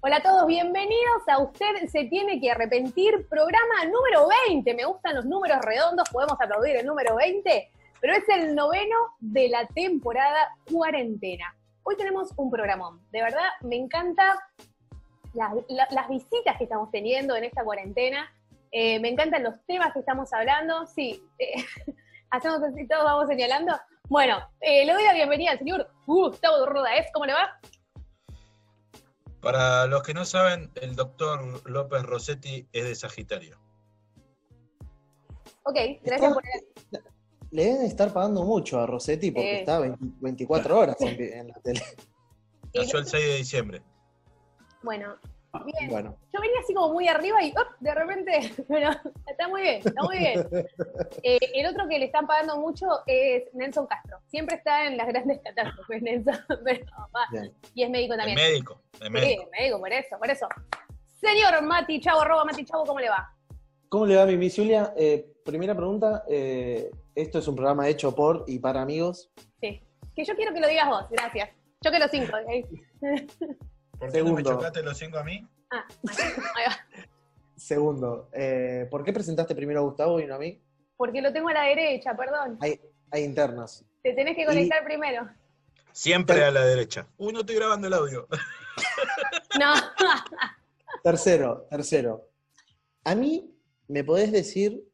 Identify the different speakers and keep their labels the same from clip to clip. Speaker 1: Hola a todos, bienvenidos a Usted se tiene que arrepentir, programa número 20. Me gustan los números redondos, podemos aplaudir el número 20, pero es el noveno de la temporada cuarentena. Hoy tenemos un programón, de verdad me encanta las, la- las visitas que estamos teniendo en esta cuarentena, eh, me encantan los temas que estamos hablando, sí, eh, hacemos así, todos vamos señalando. Bueno, eh, le doy la bienvenida al señor Gustavo Rodaez, ¿cómo le va?
Speaker 2: Para los que no saben, el doctor López Rossetti es de Sagitario.
Speaker 1: Ok, gracias por
Speaker 3: Le deben estar pagando mucho a Rossetti porque
Speaker 1: Sí.
Speaker 3: está 20 24 horas en, en la tele.
Speaker 2: Nació el 6 de diciembre.
Speaker 1: Bueno, bien.
Speaker 3: Ah, Bueno,
Speaker 1: Yo venía así como muy arriba y ¡op! de repente, bueno, está muy bien, está muy bien. Eh, el otro que le están pagando mucho es Nelson Castro. Siempre está en las grandes catástrofes, Nelson. pero va.
Speaker 3: Bien.
Speaker 1: Y es médico
Speaker 2: Es
Speaker 1: también.
Speaker 2: médico, es
Speaker 1: Sí,
Speaker 2: médico.
Speaker 1: médico, por eso, por eso. Señor Mati Chavo, arroba Mati Chavo, ¿cómo le va?
Speaker 3: ¿Cómo le va mi Miss Julia? Eh, primera pregunta, eh, esto es un programa hecho por y para amigos.
Speaker 1: Sí. Que yo quiero que lo digas vos, gracias. Yo que los cinco. ¿ok?
Speaker 2: ¿Por qué no me
Speaker 3: Segundo.
Speaker 2: chocaste los cinco a mí?
Speaker 1: Ah, ahí va.
Speaker 3: Segundo, eh, ¿por qué presentaste primero a Gustavo y no a mí?
Speaker 1: Porque lo tengo a la derecha, perdón.
Speaker 3: Hay, hay internas.
Speaker 1: Te tenés que conectar primero.
Speaker 2: Siempre a la derecha. Uy, no estoy grabando el audio.
Speaker 1: No.
Speaker 3: Tercero, tercero. A mí me podés decir,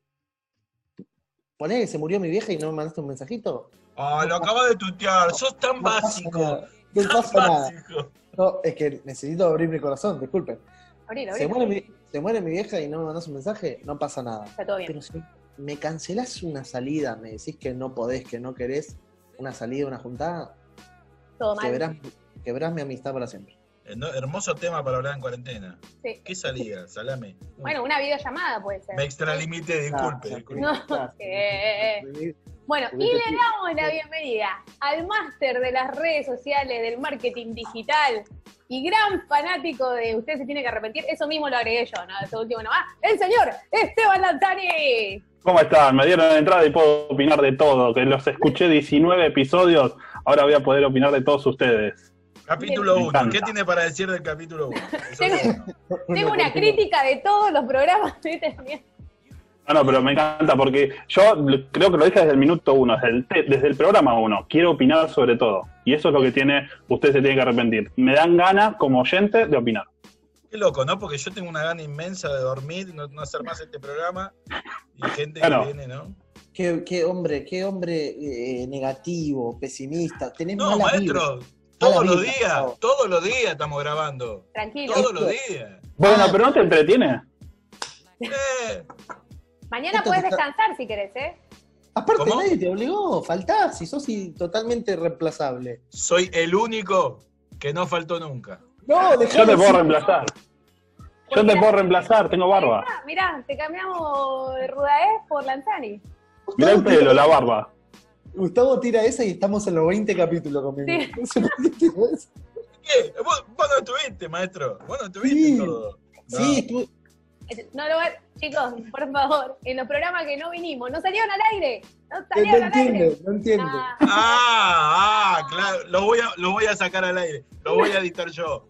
Speaker 3: poné que se murió mi vieja y no me mandaste un mensajito.
Speaker 2: Ah, lo acabas de tutear. Sos tan
Speaker 3: No pasa
Speaker 2: básico.
Speaker 3: nada, No pasa nada.
Speaker 2: Básico.
Speaker 3: No, es que necesito abrir mi corazón, disculpen.
Speaker 1: Abrilo,
Speaker 3: Se
Speaker 1: abrilo.
Speaker 3: muere, mi, se muere mi vieja y no me mandas un mensaje, no pasa nada.
Speaker 1: Está todo bien.
Speaker 3: Pero si me cancelás una salida, me decís que no podés, que no querés una salida, una juntada,
Speaker 1: Todo mal.
Speaker 3: quebrás, quebrás mi amistad para siempre.
Speaker 2: Eh, no, hermoso tema para hablar en cuarentena.
Speaker 1: Sí.
Speaker 2: ¿Qué salida? Salame. Uy,
Speaker 1: Bueno, una videollamada puede ser.
Speaker 2: me extralimité, disculpe.
Speaker 3: Ah,
Speaker 2: disculpe.
Speaker 1: No.
Speaker 3: claro.
Speaker 1: Eh, Bueno, y
Speaker 3: Juguete
Speaker 1: le
Speaker 3: chip.
Speaker 1: damos la bienvenida al máster de las redes sociales, del marketing digital y gran fanático de Usted se tiene que arrepentir. Eso mismo lo agregué yo, ¿no? Eso último nomás. El señor Esteban Lanzani.
Speaker 4: ¿Cómo están? Me dieron la entrada y puedo opinar de todo, que los escuché 19 episodios, ahora voy a poder opinar de todos ustedes.
Speaker 2: Capítulo
Speaker 4: Me
Speaker 2: 1.
Speaker 4: encanta.
Speaker 2: ¿Qué tiene para decir del capítulo 1?
Speaker 1: Tengo- Tengo una crítica de todos los programas este que tenía.
Speaker 4: Ah, No, no, pero me encanta porque yo l- creo que lo dije desde el minuto uno, desde el, te- desde el programa uno, quiero opinar sobre todo. Y eso es lo que tiene, usted se tiene que arrepentir. Me dan ganas como oyente de opinar.
Speaker 2: Qué loco, ¿no? Porque yo tengo una gana inmensa de dormir, no, no hacer más este programa. Y gente
Speaker 4: Claro.
Speaker 2: que viene, ¿no?
Speaker 3: Qué, qué hombre, qué hombre eh, negativo, pesimista. Tenés
Speaker 2: No,
Speaker 3: mala
Speaker 2: maestro,
Speaker 3: A
Speaker 2: todos
Speaker 3: la
Speaker 2: los
Speaker 3: vibra,
Speaker 2: días,
Speaker 3: chao.
Speaker 2: todos los días estamos grabando.
Speaker 1: Tranquilo.
Speaker 2: Todos los días.
Speaker 4: Bueno,
Speaker 3: Ah.
Speaker 4: pero no te entretiene.
Speaker 2: Eh,
Speaker 1: Mañana
Speaker 3: Esto
Speaker 1: puedes
Speaker 3: te está-
Speaker 1: descansar si querés, ¿eh?
Speaker 3: Aparte,
Speaker 2: ¿Cómo?
Speaker 3: nadie te obligó, faltás y sos i- totalmente reemplazable.
Speaker 2: soy el único que no faltó nunca.
Speaker 4: Yo
Speaker 3: No, dejá de
Speaker 4: te puedo
Speaker 3: decir-
Speaker 4: reemplazar. Yo te
Speaker 1: Porque-
Speaker 4: puedo reemplazar, tengo barba.
Speaker 1: Ah, mirá, te cambiamos Rudaez por Lanzani.
Speaker 4: Mirá el pelo, la barba.
Speaker 3: Gustavo tira esa y estamos en los 20 capítulos conmigo.
Speaker 1: Sí.
Speaker 3: No sé por qué tiró esa.
Speaker 2: ¿Qué? ¿Vos, vos no estuviste, maestro. Vos no estuviste
Speaker 3: Sí.
Speaker 2: todo. No.
Speaker 3: Sí, estuve-
Speaker 1: No lo va- Chicos, por favor, en los programas que no vinimos, no salieron al aire. No
Speaker 3: no,
Speaker 1: salieron al aire.
Speaker 3: entiendo, no entiendo.
Speaker 1: Ah,
Speaker 2: Ah, ah, claro. Lo voy, a, lo voy a sacar al aire. Lo voy a editar yo.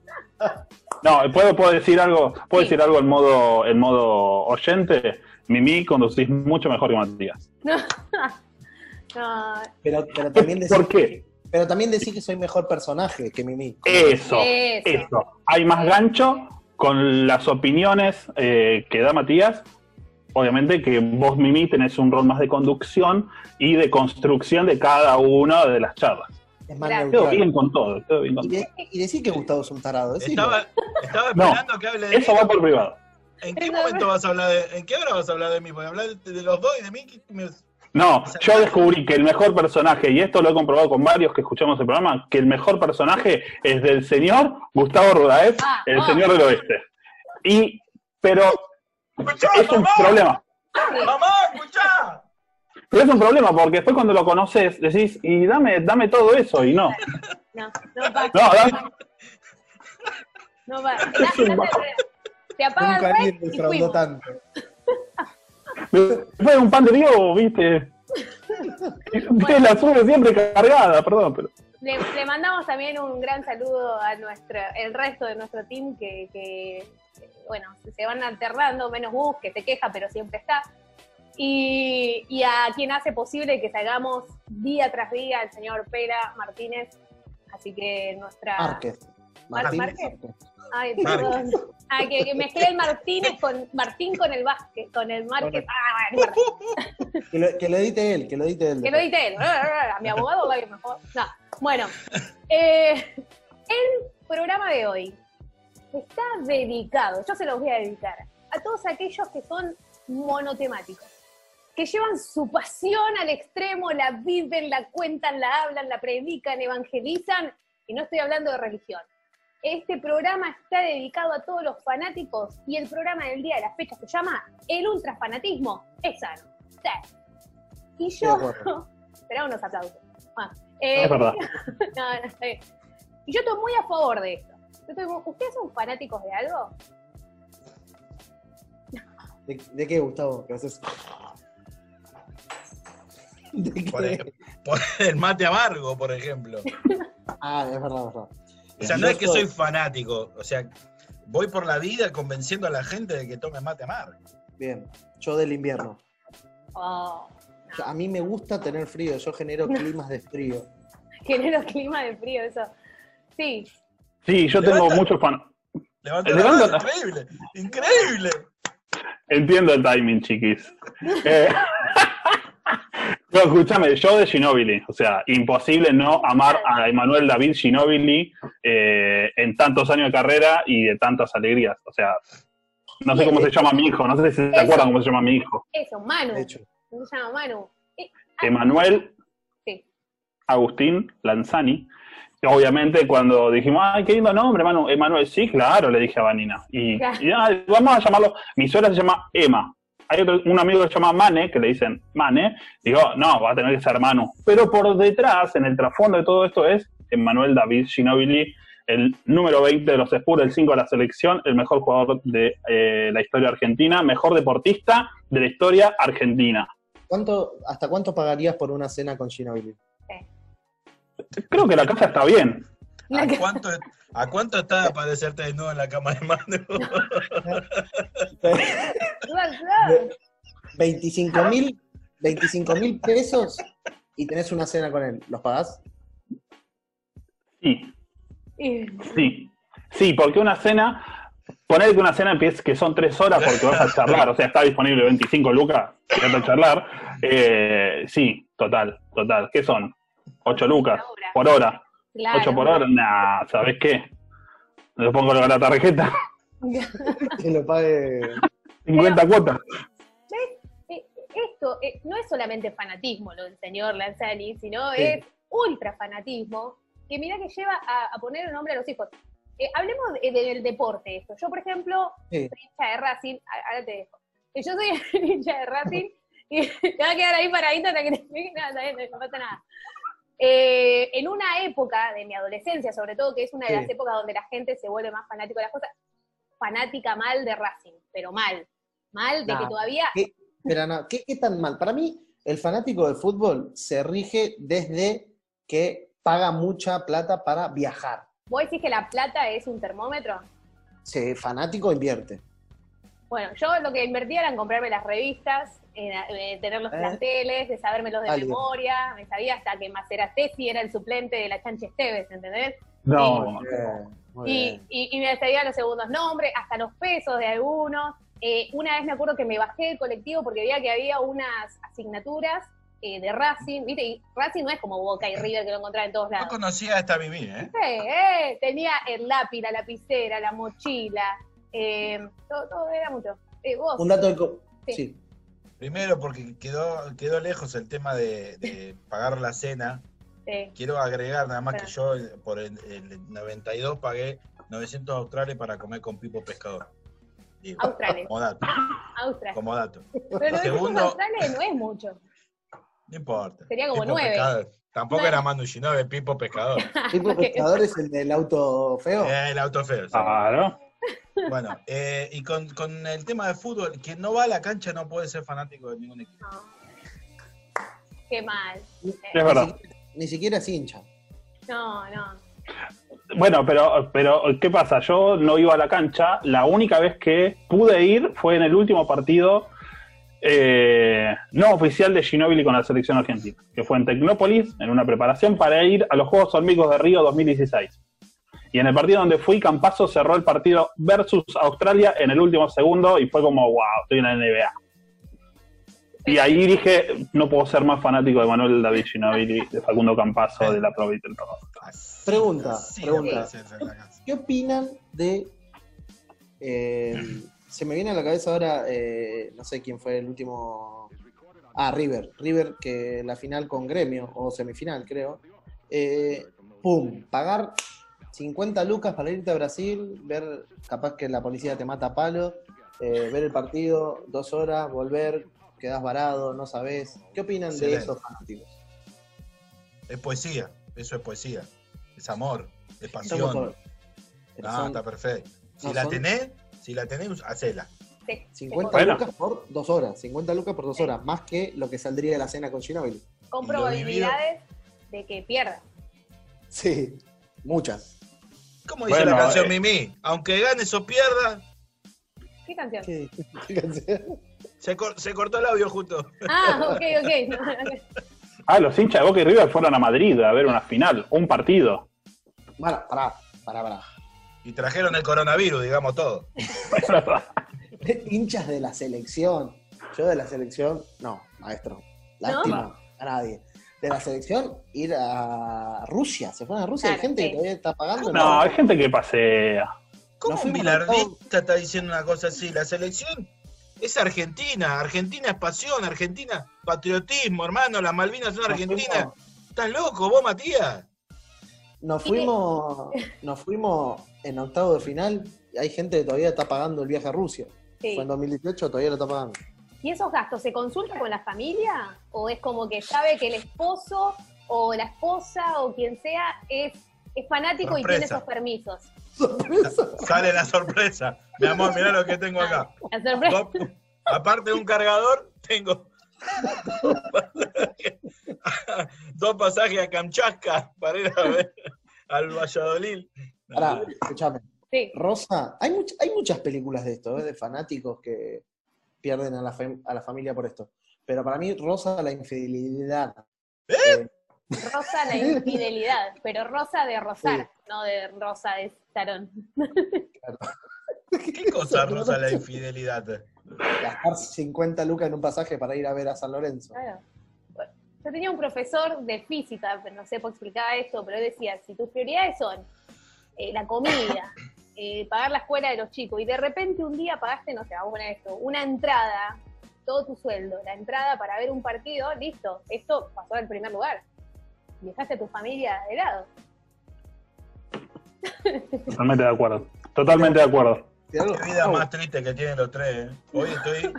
Speaker 4: No, ¿puedo, puedo decir algo, puedo
Speaker 1: Sí.
Speaker 4: decir algo en modo, en modo oyente. Mimi, conducís mucho mejor que Matías.
Speaker 1: no. No,
Speaker 3: Pero, pero también decís,
Speaker 4: ¿Por qué?
Speaker 3: Pero también decís que soy mejor personaje que Mimi.
Speaker 4: Eso,
Speaker 1: Eso.
Speaker 4: eso, Hay más gancho con las opiniones eh, que da Matías. Obviamente que vos, Mimi, tenés un rol más de conducción y de construcción de cada una de las charlas.
Speaker 3: Es más
Speaker 1: Gracias.
Speaker 4: Quedo bien
Speaker 3: neutral.
Speaker 4: con todo. quedo bien con
Speaker 3: Y,
Speaker 4: todo.
Speaker 3: de- y decís que Gustavo es un tarado. decilo.
Speaker 2: Estaba, estaba
Speaker 4: No,
Speaker 2: esperando que hable de
Speaker 4: Eso
Speaker 2: mí.
Speaker 4: va por privado.
Speaker 2: ¿En qué momento vas a hablar de, ¿En qué hora vas a hablar de mí? Porque hablar de, de los dos y de mí. ¿qué me-
Speaker 4: No, yo descubrí que el mejor personaje, y esto lo he comprobado con varios que escuchamos el programa, que el mejor personaje es del señor Gustavo Rudaez,
Speaker 1: Ah,
Speaker 4: el
Speaker 1: ah.
Speaker 4: señor del oeste. Y, pero
Speaker 2: Escuchá,
Speaker 4: es un
Speaker 2: mamá.
Speaker 4: problema.
Speaker 2: ¡Mamá, escuchá!
Speaker 4: Pero es un problema, porque después cuando lo conoces decís, y dame, dame todo eso, y no.
Speaker 1: No, no va,
Speaker 4: No, dame-
Speaker 1: no va.
Speaker 4: Es un bajo.
Speaker 1: Te apaga
Speaker 3: Nunca
Speaker 1: el
Speaker 3: alguien
Speaker 1: rey y
Speaker 3: defraudó
Speaker 1: fuimos.
Speaker 3: tanto.
Speaker 4: después de un pan de Dios, viste. Viste, la sube siempre cargada, perdón, pero.
Speaker 1: Le, le mandamos también un gran saludo a nuestro, el resto de nuestro team que, que, bueno, se van alternando, menos Gus, que se queja, pero siempre está. Y, y a quien hace posible que salgamos día tras día, el señor Pera Martínez. Así que nuestra...
Speaker 3: Márquez.
Speaker 1: Mar-
Speaker 3: Martín
Speaker 1: Márquez.
Speaker 3: Márquez.
Speaker 1: Ay, perdón. Ah, que, que mezclé el Martínez con Martín con el Vázquez, con el Márquez. Ah, el Martínez.
Speaker 3: Que lo, que lo edite él, que lo edite él.
Speaker 1: Que lo edite él. A mi abogado va a ir mejor. No. Bueno, eh, el programa de hoy está dedicado, yo se los voy a dedicar, a todos aquellos que son monotemáticos, que llevan su pasión al extremo, la viven, la cuentan, la hablan, la predican, evangelizan, y no estoy hablando de religión. Este programa está dedicado a todos los fanáticos y el programa del día de la fecha se llama El Ultrafanatismo. Es sano. Sí. Y yo...
Speaker 3: Estoy de acuerdo.
Speaker 1: Esperá unos aplausos. Ah, eh,
Speaker 4: Es verdad.
Speaker 1: no, no, está bien. Y yo estoy muy a favor de esto. Yo estoy muy- ¿Ustedes son fanáticos de algo?
Speaker 3: ¿De, de qué, Gustavo? ¿Qué haces? ¿De
Speaker 2: Por
Speaker 3: qué?
Speaker 2: ejemplo. Por el mate amargo, por ejemplo.
Speaker 3: Ah, es verdad, es verdad.
Speaker 2: O sea, no es que
Speaker 3: Yo
Speaker 2: soy fanático. O sea, voy por la vida convenciendo a la gente de que tome mate amargo.
Speaker 3: Bien, yo del invierno.
Speaker 1: Oh,
Speaker 3: O sea, A mí me gusta tener frío, yo genero climas de frío.
Speaker 1: genero clima de frío, eso. Sí,
Speaker 4: Sí, yo tengo muchos fan.
Speaker 2: Levanta
Speaker 4: El
Speaker 2: la
Speaker 4: levanta-
Speaker 2: mano, increíble, increíble.
Speaker 4: Entiendo el timing, chiquis. Eh, no, escúchame, yo de Ginobili. O sea, imposible no amar a Emanuel David Ginobili eh, en tantos años de carrera y de tantas alegrías. O sea, no sé cómo se llama mi hijo, no sé si se acuerdan cómo se llama mi hijo.
Speaker 1: eso, Manu.
Speaker 3: De hecho,
Speaker 1: Se llama Manu. Eh, ah,
Speaker 4: Emanuel
Speaker 1: Sí.
Speaker 4: Agustín Lanzani. Obviamente, cuando dijimos, ay, qué lindo nombre, Manu. Emanuel, sí, claro, le dije a Vanina. Y,
Speaker 1: Claro.
Speaker 4: y, "Ay, vamos a llamarlo, mi suegra se llama Emma. Hay otro- un amigo que se llama Mane, que le dicen Mane. Digo, no, va a tener que ser Manu. Pero por detrás, en el trasfondo de todo esto, es Emanuel David Ginobili, el número 20 de los Spurs, el 5 de la selección, el mejor jugador de eh, la historia argentina, mejor deportista de la historia argentina.
Speaker 3: ¿cuánto, ¿hasta cuánto pagarías por una cena con Ginobili?
Speaker 4: Creo que la casa está bien.
Speaker 1: la que-
Speaker 2: ¿A cuánto, ¿A cuánto está de aparecerte desnudo en la cama de mano?
Speaker 3: 25 mil pesos y tenés una cena con él. ¿Los pagás?
Speaker 4: Sí,
Speaker 1: Y-
Speaker 4: sí. Sí, porque una cena, poner que una cena empieza, que son tres horas porque vas a charlar, o sea, está disponible 25 lucas, vas a charlar. Eh, sí, total, total. ¿Qué son? 8 lucas por hora.
Speaker 1: Claro.
Speaker 4: 8 por hora, nah, ¿sabes qué? Le pongo la tarjeta,
Speaker 3: Que lo pague.
Speaker 4: 50 cuotas.
Speaker 1: Eh, Esto eh, no es solamente fanatismo lo del señor Lanzani, sino
Speaker 3: Sí.
Speaker 1: es ultra fanatismo, que mira que lleva a, a poner el nombre a los hijos. Eh, hablemos de- del deporte, esto. Yo, por ejemplo,
Speaker 3: Sí.
Speaker 1: soy hincha de Racing, a- ahora te dejo. Eh, Yo soy hincha de Racing y te va a quedar ahí paradito hasta que te no, está bien, no pasa nada. Eh, en una época de mi adolescencia, sobre todo, que es una de
Speaker 3: Sí.
Speaker 1: las épocas donde la gente se vuelve más fanático de las cosas, fanática mal de Racing, pero mal. Mal de que
Speaker 3: Nah.
Speaker 1: todavía
Speaker 3: Pero no, ¿qué, qué tan mal? Para mí, el fanático del fútbol se rige desde que paga mucha plata para viajar.
Speaker 1: ¿Vos decís que la plata es un termómetro?
Speaker 3: Se fanático invierte.
Speaker 1: Bueno, yo lo que invertía era en comprarme las revistas, en, eh, tener los
Speaker 3: Eh.
Speaker 1: planteles, de sabérmelos de
Speaker 3: Válido.
Speaker 1: memoria, me sabía hasta que Maceratesi era el suplente de la Chanche Esteves, ¿entendés?
Speaker 4: No,
Speaker 3: Eh, Muy
Speaker 1: Y,
Speaker 3: bien.
Speaker 1: y- y me sabía los segundos nombres, hasta los pesos de algunos. Eh, una vez me acuerdo que me bajé del colectivo porque veía que había unas asignaturas eh, de Racing, ¿viste? Y Racing no es como Boca y River que lo encontrás en todos
Speaker 2: No
Speaker 1: lados.
Speaker 2: conocía hasta Mimi, ¿eh?
Speaker 1: Eh, eh, tenía el lápiz, la lapicera, la mochila, eh, todo, todo era mucho. Eh, vos,
Speaker 3: Un dato de. co-
Speaker 1: Sí.
Speaker 3: Sí.
Speaker 2: Primero, porque quedó, quedó lejos el tema de, de pagar la cena.
Speaker 1: eh,
Speaker 2: Quiero agregar nada más que yo eh, por el, el 92 pagué 900 australes para comer con Pipo Pescador. Digo,
Speaker 1: Australes.
Speaker 2: Como dato,
Speaker 1: Australes.
Speaker 2: como dato.
Speaker 1: Pero
Speaker 2: Segundo.
Speaker 1: Segundo... Australes no es mucho.
Speaker 2: No importa.
Speaker 1: Sería como
Speaker 2: Pipo
Speaker 1: nueve.
Speaker 2: Pescador. Tampoco
Speaker 1: Nueve.
Speaker 2: era Manu Shinobi, Pipo Pescador.
Speaker 3: ¿Tipo pescador es el del auto feo?
Speaker 2: Eh, el auto feo. sí.
Speaker 4: Claro.
Speaker 2: Bueno, eh, y con, con el tema de fútbol, quien no va a la cancha no puede ser fanático de ningún equipo.
Speaker 1: No. Qué mal.
Speaker 4: Es verdad.
Speaker 3: Ni siquiera es hincha.
Speaker 1: No, no.
Speaker 4: Bueno, pero, pero ¿qué pasa? Yo no iba a la cancha. La única vez que pude ir fue en el último partido eh, no oficial de Ginóbili con la selección argentina, que fue en Tecnópolis, en una preparación para ir a los Juegos Olímpicos de Río 2016. Y en el partido donde fui, Campazo cerró el partido versus Australia en el último segundo y fue como, wow, estoy en la NBA. Y ahí dije, no puedo ser más fanático de Manuel David Ginóbili, de Facundo Campazo, de la Provincia del Trabajo.
Speaker 2: Así-
Speaker 3: Pregunta,
Speaker 2: así no
Speaker 3: pregunta.
Speaker 2: puede ser en la cancha.
Speaker 3: ¿Qué opinan de... eh, se me viene a la cabeza ahora, eh, no sé quién fue el último... Ah, River. River que la final con Gremio, o semifinal creo. eh, ¡Pum! Pagar 50 lucas para irte a Brasil, ver capaz que la policía te mata a palo, eh, ver el partido, dos horas, volver, quedás varado, no sabés. ¿Qué opinan de
Speaker 2: Excelente.
Speaker 3: esos fanáticos?
Speaker 2: Es poesía, eso es poesía. Es amor, es
Speaker 3: Somos
Speaker 2: pasión.
Speaker 3: todos. Pero
Speaker 2: Ah,
Speaker 3: son
Speaker 2: está perfecto. Si
Speaker 3: no
Speaker 2: la
Speaker 3: son-
Speaker 2: tenés, si la tenés, hacela.
Speaker 1: Sí,
Speaker 3: 50
Speaker 4: Bueno.
Speaker 3: lucas por dos horas, 50 lucas por dos horas, más que lo que saldría de la cena con Ginóbili.
Speaker 1: Con
Speaker 2: Y lo vivido.
Speaker 1: probabilidades de que pierda.
Speaker 3: Sí, muchas.
Speaker 2: ¿Cómo dice
Speaker 4: Bueno,
Speaker 2: la canción
Speaker 4: eh.
Speaker 2: Mimi? Aunque ganes o pierdas,
Speaker 1: ¿Qué canción?
Speaker 3: Sí, fíjense.
Speaker 2: se, cor- se cortó el audio justo.
Speaker 1: Ah, ok, ok.
Speaker 4: Ah, los hinchas de Boca y River fueron a Madrid a ver una final, un partido.
Speaker 3: Para, pará, pará, pará.
Speaker 2: Y trajeron el coronavirus, digamos todo.
Speaker 3: Hinchas de la selección. Yo de la selección, no, maestro. Lástima, a nadie. De la selección, ir a Rusia. Se fueron a Rusia. Hay
Speaker 1: Claro,
Speaker 3: gente
Speaker 1: sí.
Speaker 3: que todavía está pagando.
Speaker 4: No, hay gente que pasea.
Speaker 2: ¿Cómo
Speaker 3: Nos
Speaker 2: un
Speaker 3: fuimos al
Speaker 2: bilardista está diciendo una cosa así? La selección es Argentina, Argentina es pasión, Argentina patriotismo, hermano, las Malvinas son
Speaker 3: Nos
Speaker 2: Argentina.
Speaker 3: fuimos-
Speaker 2: ¿Estás loco vos, Matías?
Speaker 3: Nos fuimos, nos fuimos en octavo de final y hay gente que todavía está pagando el viaje a Rusia.
Speaker 1: Sí.
Speaker 3: Fue en 2018, todavía lo está pagando.
Speaker 1: ¿Y esos gastos se consulta con la familia? ¿O es como que sabe que el esposo o la esposa o quien sea es, es fanático y tiene
Speaker 2: Sorpresa.
Speaker 1: esos permisos?
Speaker 2: Sale la sorpresa. Mi amor, mirá lo que tengo acá.
Speaker 1: Ah, La sorpresa.
Speaker 2: Dos- aparte de un cargador, tengo dos pasajes a Kamchatka para ir a ver al Valladolid.
Speaker 3: Pará, escuchame.
Speaker 1: Sí.
Speaker 3: Rosa, hay, much- hay muchas películas de esto, ¿eh? de fanáticos que pierden a la, fam- a la familia por esto. Pero para mí, Rosa, la infidelidad. Eh,
Speaker 1: Rosa la infidelidad, pero Rosa de rozar, no de Rosa de Sarón.
Speaker 2: ¿Qué cosa rosa la infidelidad?
Speaker 3: gastar 50 lucas en un pasaje para ir a ver a San Lorenzo.
Speaker 1: Claro. Bueno, Yo tenía un profesor de física, pero no sé por qué explicaba esto, pero él decía, si tus prioridades son eh, la comida, eh, pagar la escuela de los chicos, y de repente un día pagaste, no sé, vamos a poner esto, una entrada, todo tu sueldo, la entrada para ver un partido, listo, esto pasó al primer lugar. Y Dejaste a tu familia de lado.
Speaker 4: Totalmente de acuerdo. Totalmente de acuerdo.
Speaker 3: ¿Te da algo?
Speaker 2: Qué vida más triste que tienen los tres. ¿eh? Hoy estoy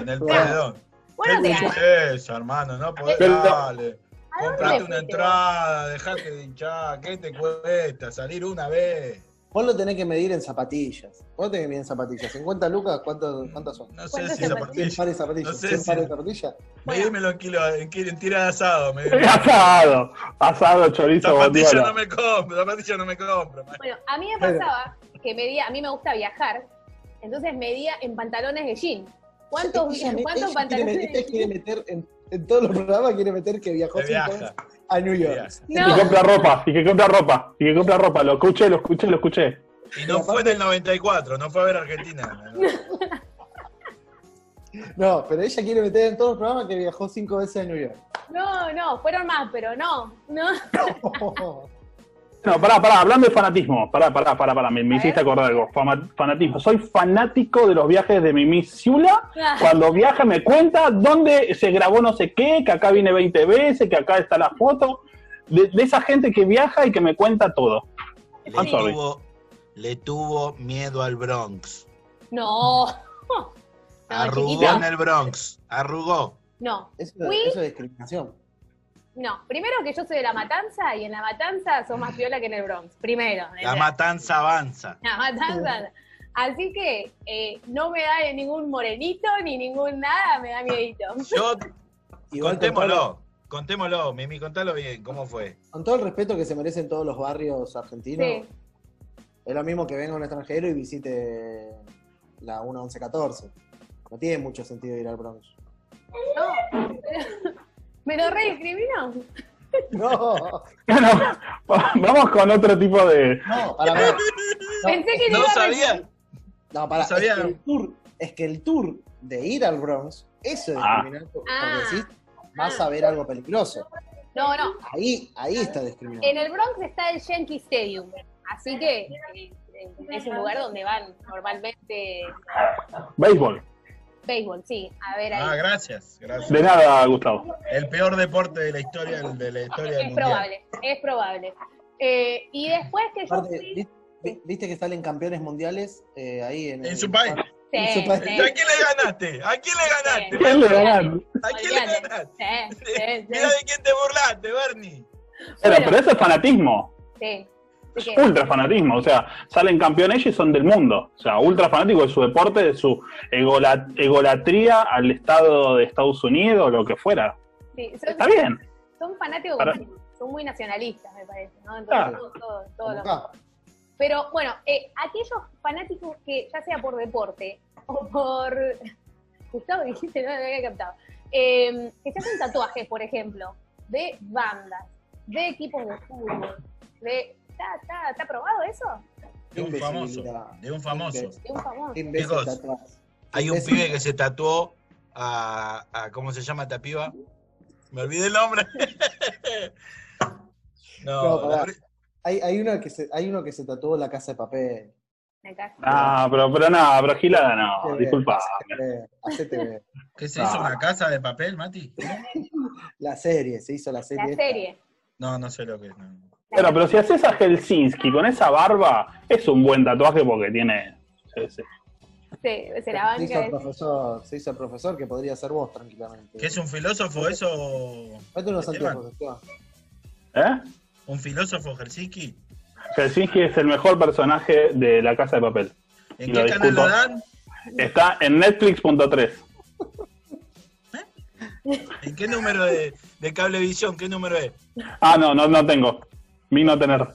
Speaker 2: en el
Speaker 3: Claro.
Speaker 2: paredón.
Speaker 1: Bueno,
Speaker 2: Qué
Speaker 1: te a
Speaker 2: tristeza, hermano, no podés.
Speaker 4: Pero-
Speaker 2: Dale.
Speaker 1: ¿a dónde
Speaker 2: Comprate
Speaker 1: fuiste
Speaker 2: una entrada, dejate de hinchar. ¿Qué te cuesta salir una vez?
Speaker 3: Vos lo tenés que medir en zapatillas. Vos lo tenés que medir en zapatillas. 50 lucas, ¿cuánto- ¿cuántas son?
Speaker 2: No sé
Speaker 1: ¿Cuántas
Speaker 2: si
Speaker 1: zapatillas?
Speaker 3: ¿Cien
Speaker 2: zapatillas.
Speaker 3: pares de zapatillas?
Speaker 2: No sé
Speaker 3: ¿Cien
Speaker 2: si-
Speaker 3: pares de zapatillas?
Speaker 2: Medímelo en kilo, en, kilo- en tira de asado. medime.
Speaker 4: Eh, Asado, asado, chorizo,
Speaker 2: Zapatilla no
Speaker 4: bondiola.
Speaker 2: me compro, zapatilla no me compro. man.
Speaker 1: Bueno, a mí me
Speaker 3: Pero-
Speaker 1: pasaba que medía, a mí me gusta viajar, entonces medía en pantalones de jean. ¿Cuántos,
Speaker 3: Ella me-
Speaker 1: cuántos
Speaker 3: ella Este quiere
Speaker 1: pantalones
Speaker 3: meter-
Speaker 1: de
Speaker 3: ella quiere
Speaker 1: jean?
Speaker 3: meter en, en todos los programas quiere meter que viajó
Speaker 2: Que
Speaker 3: cinco
Speaker 2: viaja.
Speaker 3: veces a New York.
Speaker 2: Viaja.
Speaker 4: Y que compra ropa, y que compra ropa, y que compra ropa. Lo escuché, lo escuché, lo escuché.
Speaker 2: Y no fue en el 94, no fue a ver Argentina.
Speaker 3: No, pero ella quiere meter en todos los programas que viajó cinco veces a New York.
Speaker 1: No, no, fueron más, pero no, no.
Speaker 4: No, pará, pará, hablando de fanatismo. Pará, pará, pará, pará. Me, me hiciste acordar algo. Fama- fanatismo. Soy fanático de los viajes de Mimi Ciula. Cuando viaja me cuenta dónde se grabó no sé qué, que acá vine 20 veces, que acá está la foto. De, de esa gente que viaja y que me cuenta todo.
Speaker 2: Le
Speaker 4: I'm sorry.
Speaker 2: tuvo, le tuvo miedo al Bronx.
Speaker 1: No. No,
Speaker 2: Arrugó
Speaker 1: Ah, chiquito.
Speaker 2: en el Bronx. Arrugó.
Speaker 1: No,
Speaker 3: Eso,
Speaker 1: Uy.
Speaker 3: eso es discriminación.
Speaker 1: no. Primero que yo soy de La Matanza y en La Matanza sos más piola que en el Bronx. Primero.
Speaker 2: La matanza avanza.
Speaker 1: La Matanza. Así que eh, no me da ningún morenito ni ningún nada, me da miedito.
Speaker 2: Yo,
Speaker 3: Igual con todo, lo-
Speaker 2: contémoslo. Contémoslo, Mimi, contalo bien. ¿Cómo fue?
Speaker 3: con todo el respeto que se merecen todos los barrios argentinos,
Speaker 1: Sí.
Speaker 3: es lo mismo que venga un extranjero y visite la 11114. No tiene mucho sentido ir al Bronx.
Speaker 1: No, pero- ¿Me lo reinscribieron?
Speaker 3: No,
Speaker 4: Bueno, vamos con otro tipo de...
Speaker 3: no, para ver.
Speaker 1: Pensé que
Speaker 2: No
Speaker 1: iba a
Speaker 2: sabía.
Speaker 3: No, para,
Speaker 2: No sabía.
Speaker 3: Es, que el tour, es que el tour de ir al Bronx, eso es
Speaker 4: Ah.
Speaker 3: discriminar, porque
Speaker 1: Ah.
Speaker 3: decís, vas a ver algo peligroso.
Speaker 1: No, no.
Speaker 3: Ahí, ahí está discriminado.
Speaker 1: En el Bronx está el Yankee Stadium. Así que eh, eh, es un lugar donde van normalmente
Speaker 4: Béisbol.
Speaker 1: béisbol, sí. A ver
Speaker 2: Ah,
Speaker 1: ahí.
Speaker 2: gracias, gracias.
Speaker 4: De nada, Gustavo.
Speaker 2: El peor deporte de la historia de la historia del
Speaker 1: Es
Speaker 2: mundial.
Speaker 1: probable, es probable. Eh, y después que yo
Speaker 3: Aparte,
Speaker 1: fui...
Speaker 3: ¿viste, vi- viste que salen campeones mundiales eh, ahí en,
Speaker 2: En
Speaker 3: el-
Speaker 2: su país.
Speaker 3: en
Speaker 1: Sí,
Speaker 3: su país.
Speaker 1: sí.
Speaker 2: ¿A quién le ganaste? ¿A quién le ganaste?
Speaker 4: ¿Quién le ganaron?
Speaker 2: ¿A quién le
Speaker 1: Olvídate.
Speaker 2: ganaste?
Speaker 1: Sí, sí, sí.
Speaker 2: Mira de quién te burlaste, Bernie.
Speaker 4: Pero,
Speaker 1: Bueno.
Speaker 4: pero eso es fanatismo,
Speaker 1: Sí.
Speaker 4: es
Speaker 1: Así que-
Speaker 4: ultra fanatismo, o sea, salen campeones y son del mundo, o sea, ultra fanáticos de su deporte, de su egola- egolatría al estado de Estados Unidos, lo que fuera.
Speaker 1: sí, son-
Speaker 4: Está bien,
Speaker 1: Son fanáticos,
Speaker 4: Para- Ah.
Speaker 1: como- son muy nacionalistas, me parece, ¿no? Entonces,
Speaker 4: Claro.
Speaker 1: todo, todo, todo
Speaker 3: Como
Speaker 1: lo-
Speaker 3: acá.
Speaker 1: Pero bueno, eh, aquellos fanáticos que, ya sea por deporte o por. Gustavo, dijiste, no me había captado. Eh, que se hacen tatuajes, por ejemplo, de bandas, de equipos de fútbol, de. ¿Está, está, está probado eso?
Speaker 2: De un famoso. De un famoso.
Speaker 1: De un famoso.
Speaker 3: Qué imbécil
Speaker 2: Chicos,
Speaker 3: tatuás.
Speaker 2: Hay un
Speaker 3: Imbécil.
Speaker 2: pibe que se tatuó a, a- ¿cómo se llama esta piba? Me olvidé el nombre. No,
Speaker 3: No, pará. Hay, hay uno que se, hay uno que se tatuó la casa de papel.
Speaker 1: Me cago.
Speaker 4: ah, pero, pero no, pero Gilada no,
Speaker 3: Hacete
Speaker 4: disculpa.
Speaker 3: ver, hacete ver.
Speaker 2: ¿qué es eso?
Speaker 4: No.
Speaker 2: ¿Una casa de papel, Mati?
Speaker 3: La serie, se hizo la serie.
Speaker 1: La
Speaker 3: esta.
Speaker 1: serie.
Speaker 2: No, no sé lo que es. no.
Speaker 4: Pero, pero si haces a Helsinki con esa barba, es un buen tatuaje porque tiene... se- se-
Speaker 1: Se, se la
Speaker 3: Se
Speaker 1: banca.
Speaker 3: hizo el
Speaker 1: de-
Speaker 3: profesor, se hizo el profesor que podría ser vos tranquilamente.
Speaker 2: ¿Qué es un filósofo eso?
Speaker 3: Ponte unos
Speaker 2: Esteban.
Speaker 3: anteojos, Esteban.
Speaker 4: ¿Eh?
Speaker 2: ¿Un filósofo Helsinki?
Speaker 4: Helsinki es el mejor personaje de La Casa de Papel.
Speaker 2: ¿En
Speaker 4: Lo
Speaker 2: qué canal lo
Speaker 4: discuto.
Speaker 2: dan?
Speaker 4: Está en Netflix.3.
Speaker 2: ¿En qué número de, de cablevisión? ¿Qué número es?
Speaker 4: Ah, no, no, no tengo. Mi no tener.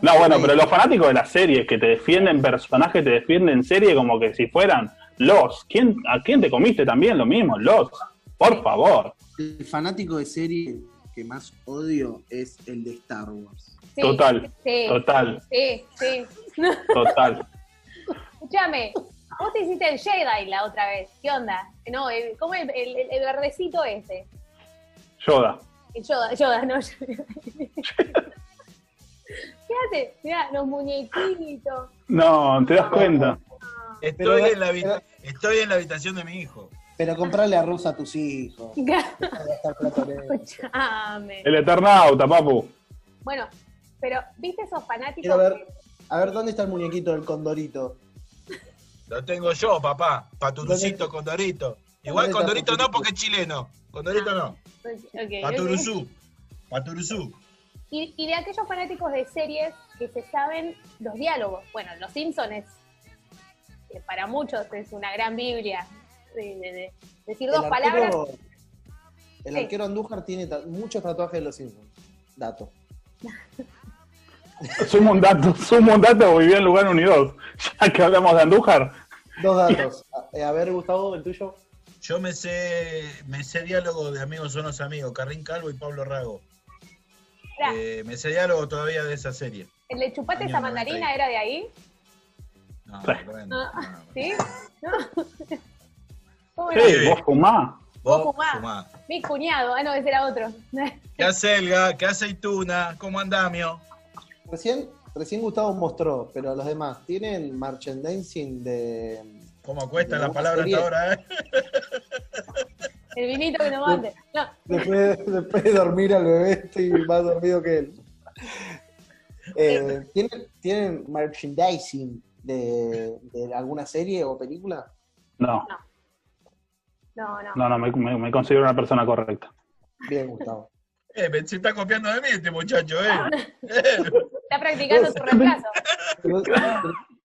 Speaker 4: No, bueno, pero los fanáticos de las series que te defienden personajes, te defienden serie como que si fueran los. ¿Quién, ¿A quién te comiste también? Lo mismo, los. Por favor.
Speaker 3: El fanático de serie que más odio es el de Star Wars.
Speaker 1: Sí,
Speaker 4: Total,
Speaker 1: Sí,
Speaker 4: total,
Speaker 1: sí, sí.
Speaker 4: total.
Speaker 1: Escúchame, vos te hiciste el Jedi la otra vez. ¿Qué onda? No, el, ¿cómo el, el, el verdecito ese?
Speaker 4: Yoda.
Speaker 1: El Yoda, Yoda, no. Yoda. Fíjate, mirá, los muñequitos.
Speaker 4: No, te das cuenta.
Speaker 2: Estoy,
Speaker 3: Pero-
Speaker 2: en la, habi- estoy en la habitación de mi hijo.
Speaker 3: Pero comprarle a Rosa a tus hijos. deja de gastar plata en
Speaker 1: Pues
Speaker 3: eso.
Speaker 1: Escuchame.
Speaker 4: El Eternauta, papu.
Speaker 1: Bueno, pero ¿viste esos fanáticos?
Speaker 3: Quiero ver, a ver, ¿dónde está el muñequito del condorito?
Speaker 2: Lo tengo yo, papá. Paturucito, Condorito. Igual
Speaker 3: ¿Dónde está
Speaker 2: Condorito no
Speaker 3: Paturucito?
Speaker 2: porque es chileno. Condorito no.
Speaker 1: Ok, ok.
Speaker 2: Paturuzú. Paturuzú.
Speaker 1: Y, y de aquellos fanáticos de series que se saben los diálogos. Bueno, Los Simpsons es, que para muchos es una gran biblia. de- de- de decir dos palabras.
Speaker 3: El
Speaker 1: Sí.
Speaker 3: arquero Andújar tiene ta- muchos tatuajes de los Simpsons. Dato.
Speaker 4: Sumo un dato, sumo un dato, viví en lugar unidos. Ya que hablamos de Andújar.
Speaker 3: Dos datos. A, eh, a ver, Gustavo, el tuyo.
Speaker 2: Yo me sé, me sé diálogo de amigos son los amigos, Carrín Calvo y Pablo Rago.
Speaker 1: Mirá,
Speaker 2: Eh, me sé diálogo todavía de esa serie.
Speaker 1: ¿El de chupate
Speaker 2: año
Speaker 1: esa mandarina
Speaker 2: 90.
Speaker 1: era de ahí?
Speaker 2: No,
Speaker 4: Sí.
Speaker 2: bueno, no.
Speaker 1: ¿Sí? ¿No? Pobre
Speaker 4: Sí, vos fumás.
Speaker 2: Vos
Speaker 1: Vos fumá.
Speaker 2: fumá.
Speaker 1: Mi cuñado, ah no, ese era otro.
Speaker 2: ¿Qué acelga? ¿Qué aceituna? ¿Cómo andamio?
Speaker 3: Recién, recién Gustavo mostró, pero los demás tienen merchandising de.
Speaker 2: ¿Cómo cuesta
Speaker 3: No,
Speaker 2: la palabra
Speaker 3: serie.
Speaker 2: hasta ahora? eh?
Speaker 1: El vinito que nos mande. No,
Speaker 3: Después, después de dormir al bebé, estoy más dormido que él. Eh, tienen, tienen merchandising de, de alguna serie o película?
Speaker 4: No,
Speaker 1: No, no.
Speaker 4: no, no, me, me- me considero una persona correcta.
Speaker 3: Bien, Gustavo.
Speaker 2: Eh, me- se está copiando de mí este muchacho, eh. Eh,
Speaker 1: Está practicando su reemplazo.
Speaker 3: Pero- pero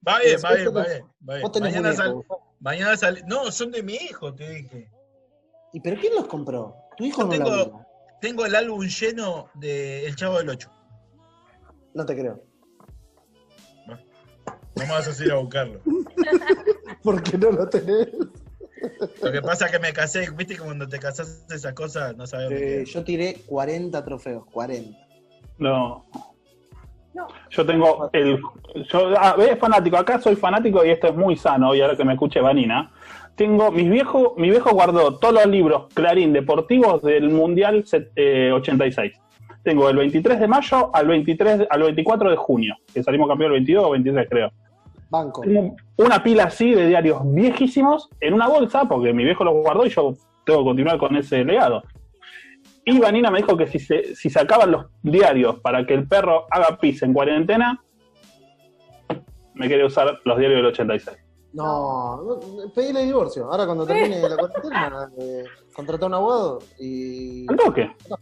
Speaker 2: Va bien,
Speaker 3: Pero
Speaker 2: va bien,
Speaker 3: siento
Speaker 2: va
Speaker 3: que-
Speaker 2: bien. va bien.
Speaker 3: vos tenés
Speaker 2: Mañana
Speaker 3: muñecos,
Speaker 2: sale.
Speaker 3: Gustavo.
Speaker 2: Mañana sale. No, son de mi hijo, te dije.
Speaker 3: ¿Y pero quién los compró? ¿Tu hijo
Speaker 2: Yo
Speaker 3: no
Speaker 2: tengo-
Speaker 3: labura?
Speaker 2: Tengo el álbum lleno de El Chavo del Ocho.
Speaker 3: No te creo.
Speaker 2: No me vas a ir a buscarlo.
Speaker 3: ¿Por qué no lo tenés?
Speaker 2: Lo que pasa es que me casé, viste que cuando te casas esas cosas no sabes dónde
Speaker 3: Eh,
Speaker 2: quedan.
Speaker 3: yo tiré 40 trofeos, 40.
Speaker 4: No.
Speaker 1: No.
Speaker 4: Yo tengo el. Yo, ah, es fanático. Acá soy fanático y esto es muy sano. Y ahora que me escuche Vanina. Tengo. Mis viejo, mi viejo guardó todos los libros Clarín deportivos del Mundial set- eh, 86. Tengo del 23 de mayo al 23 de- al 24 de junio. Que salimos campeón el 22 o 23, creo.
Speaker 3: Banco.
Speaker 4: Tengo una pila así de diarios viejísimos en una bolsa, porque mi viejo los guardó y yo tengo que continuar con ese legado. Y Vanina me dijo que si, se- si sacaban los diarios para que el perro haga pis en cuarentena, me quería usar los diarios del 86.
Speaker 3: No, no, pedile divorcio. Ahora cuando termine la cuarentena, eh, contratá un abogado y
Speaker 4: ¿Al toque?
Speaker 3: ya está.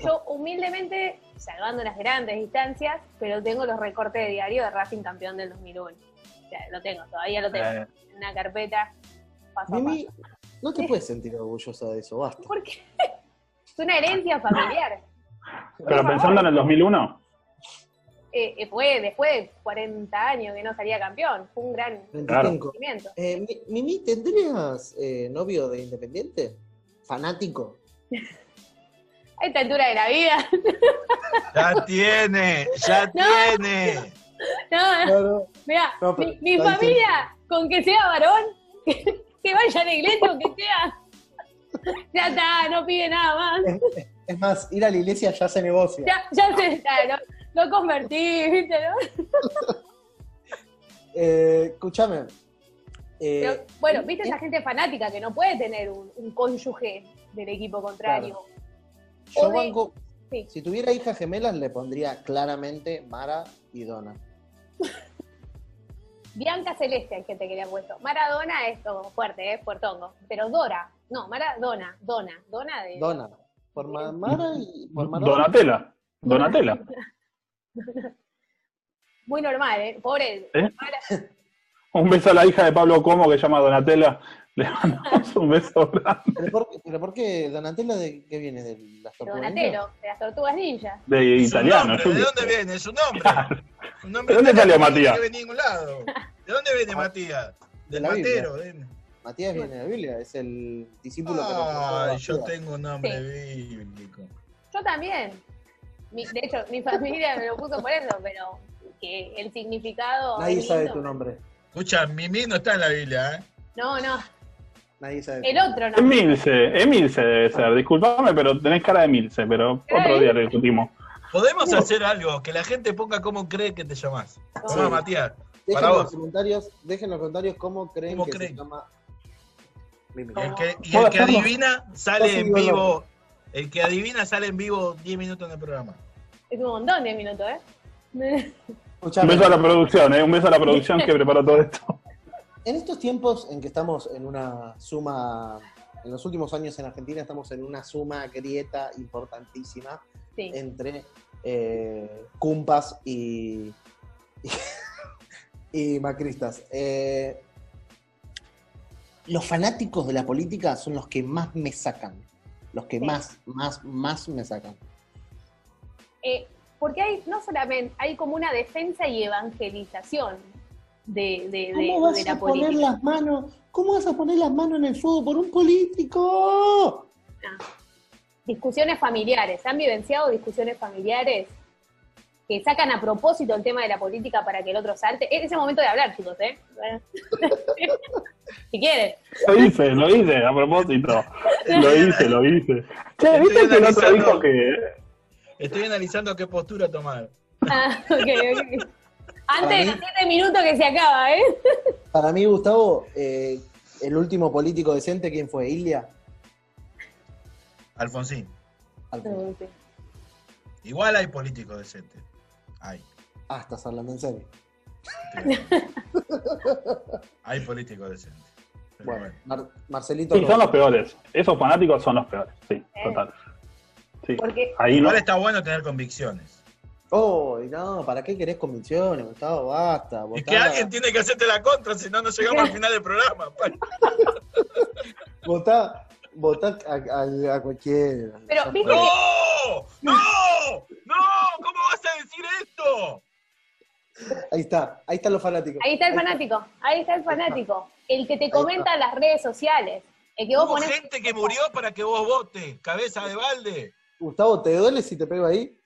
Speaker 1: Yo humildemente, salvando las grandes distancias, pero tengo los recortes de diario de Racing Campeón del 2001. O sea, lo tengo, todavía lo tengo.
Speaker 4: Eh,
Speaker 1: En una carpeta. Paso a
Speaker 3: Mimi,
Speaker 1: paso.
Speaker 3: no
Speaker 1: Eh.
Speaker 3: te puedes sentir orgullosa de eso, basta.
Speaker 1: ¿Por qué? Es una herencia familiar.
Speaker 4: pero pensando en el 2001,
Speaker 1: Eh, eh, fue después de 40 años que no salía campeón. Fue un gran
Speaker 3: 25.
Speaker 1: crecimiento.
Speaker 3: Eh, Mi- Mimi, ¿tendrías eh, novio de Independiente? ¿Fanático?
Speaker 1: A esta altura de la vida.
Speaker 2: Ya tiene, ya
Speaker 1: No.
Speaker 2: tiene.
Speaker 1: No, no.
Speaker 3: Claro.
Speaker 1: Mirá,
Speaker 3: No, pero
Speaker 1: mi, mi
Speaker 3: está
Speaker 1: familia, con que sea varón, que, que vaya a la iglesia, con que sea. Ya está, no pide nada más.
Speaker 3: Es más, ir a la iglesia ya se negocia.
Speaker 1: Ya, ya se está, lo, lo convertí, ¿viste? ¿no?
Speaker 3: Eh, escúchame. Eh,
Speaker 1: Pero, bueno, ¿viste
Speaker 3: eh,
Speaker 1: esa gente fanática que no puede tener un, un cónyuge del equipo contrario? o
Speaker 3: Yo
Speaker 1: de-
Speaker 3: banco.
Speaker 1: sí.
Speaker 3: Si tuviera hijas gemelas, le pondría claramente Mara y Donna.
Speaker 1: Bianca Celeste hay gente que le ha puesto. Maradona es todo fuerte, es puertongo. Pero Dora, no, Maradona, Dona, Dona de...
Speaker 3: Donna. Por Ma- Mara y por Maradona.
Speaker 4: Donatella. Donatella.
Speaker 1: Muy normal, ¿eh? Pobre.
Speaker 4: ¿Eh?
Speaker 1: Mara-
Speaker 4: Un beso a la hija de Pablo Como que se llama Donatella. Le mandamos un beso grande.
Speaker 3: ¿Pero por, pero por qué Donatella de qué viene? ¿De las tortugas ninja?
Speaker 1: Donatello, de las tortugas ninja.
Speaker 4: de
Speaker 2: Es un
Speaker 4: italiano.
Speaker 2: nombre,
Speaker 4: yo
Speaker 2: ¿De
Speaker 4: qué
Speaker 2: dónde
Speaker 4: sé.
Speaker 2: viene? Es un nombre. Un nombre
Speaker 4: ¿De dónde
Speaker 2: italiano
Speaker 4: salió
Speaker 2: que no
Speaker 4: Matías?
Speaker 2: viene de ningún lado. ¿De dónde viene
Speaker 3: Ah.
Speaker 2: Matías?
Speaker 3: De
Speaker 2: Del
Speaker 3: la Biblia.
Speaker 2: matero. viene.
Speaker 3: Matías viene de la Biblia, es el discípulo que
Speaker 2: Ay,
Speaker 3: reemplazó a
Speaker 2: yo
Speaker 3: Matías.
Speaker 2: tengo un nombre bíblico.
Speaker 1: Yo también. Mi- de hecho, mi familia me lo puso por eso, pero que el significado.
Speaker 3: Nadie
Speaker 1: es
Speaker 3: sabe
Speaker 1: lindo.
Speaker 3: tu nombre.
Speaker 2: Escucha, Mimi no está en la Biblia, ¿eh?
Speaker 1: No, no,
Speaker 3: Nadie sabe. tu
Speaker 1: el
Speaker 3: nombre.
Speaker 1: otro no.
Speaker 4: Emilce, Emilce debe ser, disculpame, pero tenés cara de Emilce, pero otro día lo discutimos.
Speaker 2: Podemos hacer algo, que la gente ponga cómo cree que te llamás. Toma,
Speaker 3: Sí.
Speaker 2: Matías.
Speaker 3: Dejen
Speaker 2: Para
Speaker 3: en los
Speaker 2: vos.
Speaker 3: comentarios, dejen en los comentarios cómo creen
Speaker 2: ¿Cómo
Speaker 3: que se
Speaker 2: creen?
Speaker 3: llama. Mimi.
Speaker 2: Y el que, y
Speaker 4: Puedo
Speaker 2: el que
Speaker 4: hacerlo.
Speaker 2: adivina sale
Speaker 3: Yo
Speaker 2: en
Speaker 3: sigo el
Speaker 2: vivo. El que adivina sale en vivo 10 minutos en el programa.
Speaker 1: Es un montón de minutos, ¿eh?
Speaker 4: Un
Speaker 3: Escuchame,
Speaker 4: beso a la producción, ¿eh? un beso a la producción que preparó todo esto.
Speaker 3: En estos tiempos en que estamos en una suma, en los últimos años en Argentina estamos en una suma grieta importantísima
Speaker 1: Sí.
Speaker 3: entre eh, cumpas y, y, macristas. Eh, los fanáticos de la política son los que más me sacan. Los que
Speaker 1: Sí.
Speaker 3: más, más, más me sacan.
Speaker 1: Eh, porque hay, no solamente, hay como una defensa y evangelización de, de, de-
Speaker 3: ¿Cómo
Speaker 1: de
Speaker 3: vas
Speaker 1: la
Speaker 3: a poner
Speaker 1: política.
Speaker 3: las manos? ¿Cómo vas a poner las manos en el fuego por un político?
Speaker 1: Discusiones familiares. ¿Han vivenciado discusiones familiares? Que sacan a propósito el tema de la política para que el otro salte. Es ese momento de hablar, chicos, ¿eh? si quieren.
Speaker 4: Lo hice, lo hice, a propósito. Lo hice, lo hice. Che, ¿viste que el otro dijo que...
Speaker 2: Estoy analizando qué postura tomar.
Speaker 1: Ah, ok, ok. Antes de
Speaker 3: mí-
Speaker 1: los siete minutos que se acaba, ¿eh?
Speaker 3: Para mí, Gustavo, eh, el último político decente, ¿quién fue? ¿Ilia?
Speaker 2: Alfonsín.
Speaker 3: Alfonsín.
Speaker 2: Igual hay políticos decentes. Hay.
Speaker 3: Ah, estás hablando en serio.
Speaker 2: Hay políticos decentes. Pero
Speaker 3: Bueno,
Speaker 2: bueno.
Speaker 3: Mar- Marcelito.
Speaker 4: Sí, son los
Speaker 3: Roca.
Speaker 4: peores. Esos fanáticos son los peores. Sí,
Speaker 1: Eh.
Speaker 4: total. Sí.
Speaker 1: Porque
Speaker 4: Ahí no.
Speaker 2: Igual está bueno tener convicciones.
Speaker 3: Oh, y no, ¿para qué querés convicciones, Gustavo? Basta.
Speaker 2: Y
Speaker 3: votá-
Speaker 2: que alguien tiene que hacerte la contra, si no, no llegamos al final del programa. pa.
Speaker 3: Votá, votá a, a- a cualquiera.
Speaker 1: Pero,
Speaker 3: Ya
Speaker 1: ¿viste
Speaker 3: fue.
Speaker 2: ¡No! ¡No! ¡No! ¿Cómo vas a decir esto?
Speaker 3: Ahí está, ahí están los fanáticos.
Speaker 1: ahí está el fanático, ahí está el fanático, el que te comenta en las redes sociales, el que vos
Speaker 2: Hubo
Speaker 1: ponés...
Speaker 2: gente que murió para que vos votes, cabeza de balde.
Speaker 3: Gustavo, ¿te duele si te pego ahí?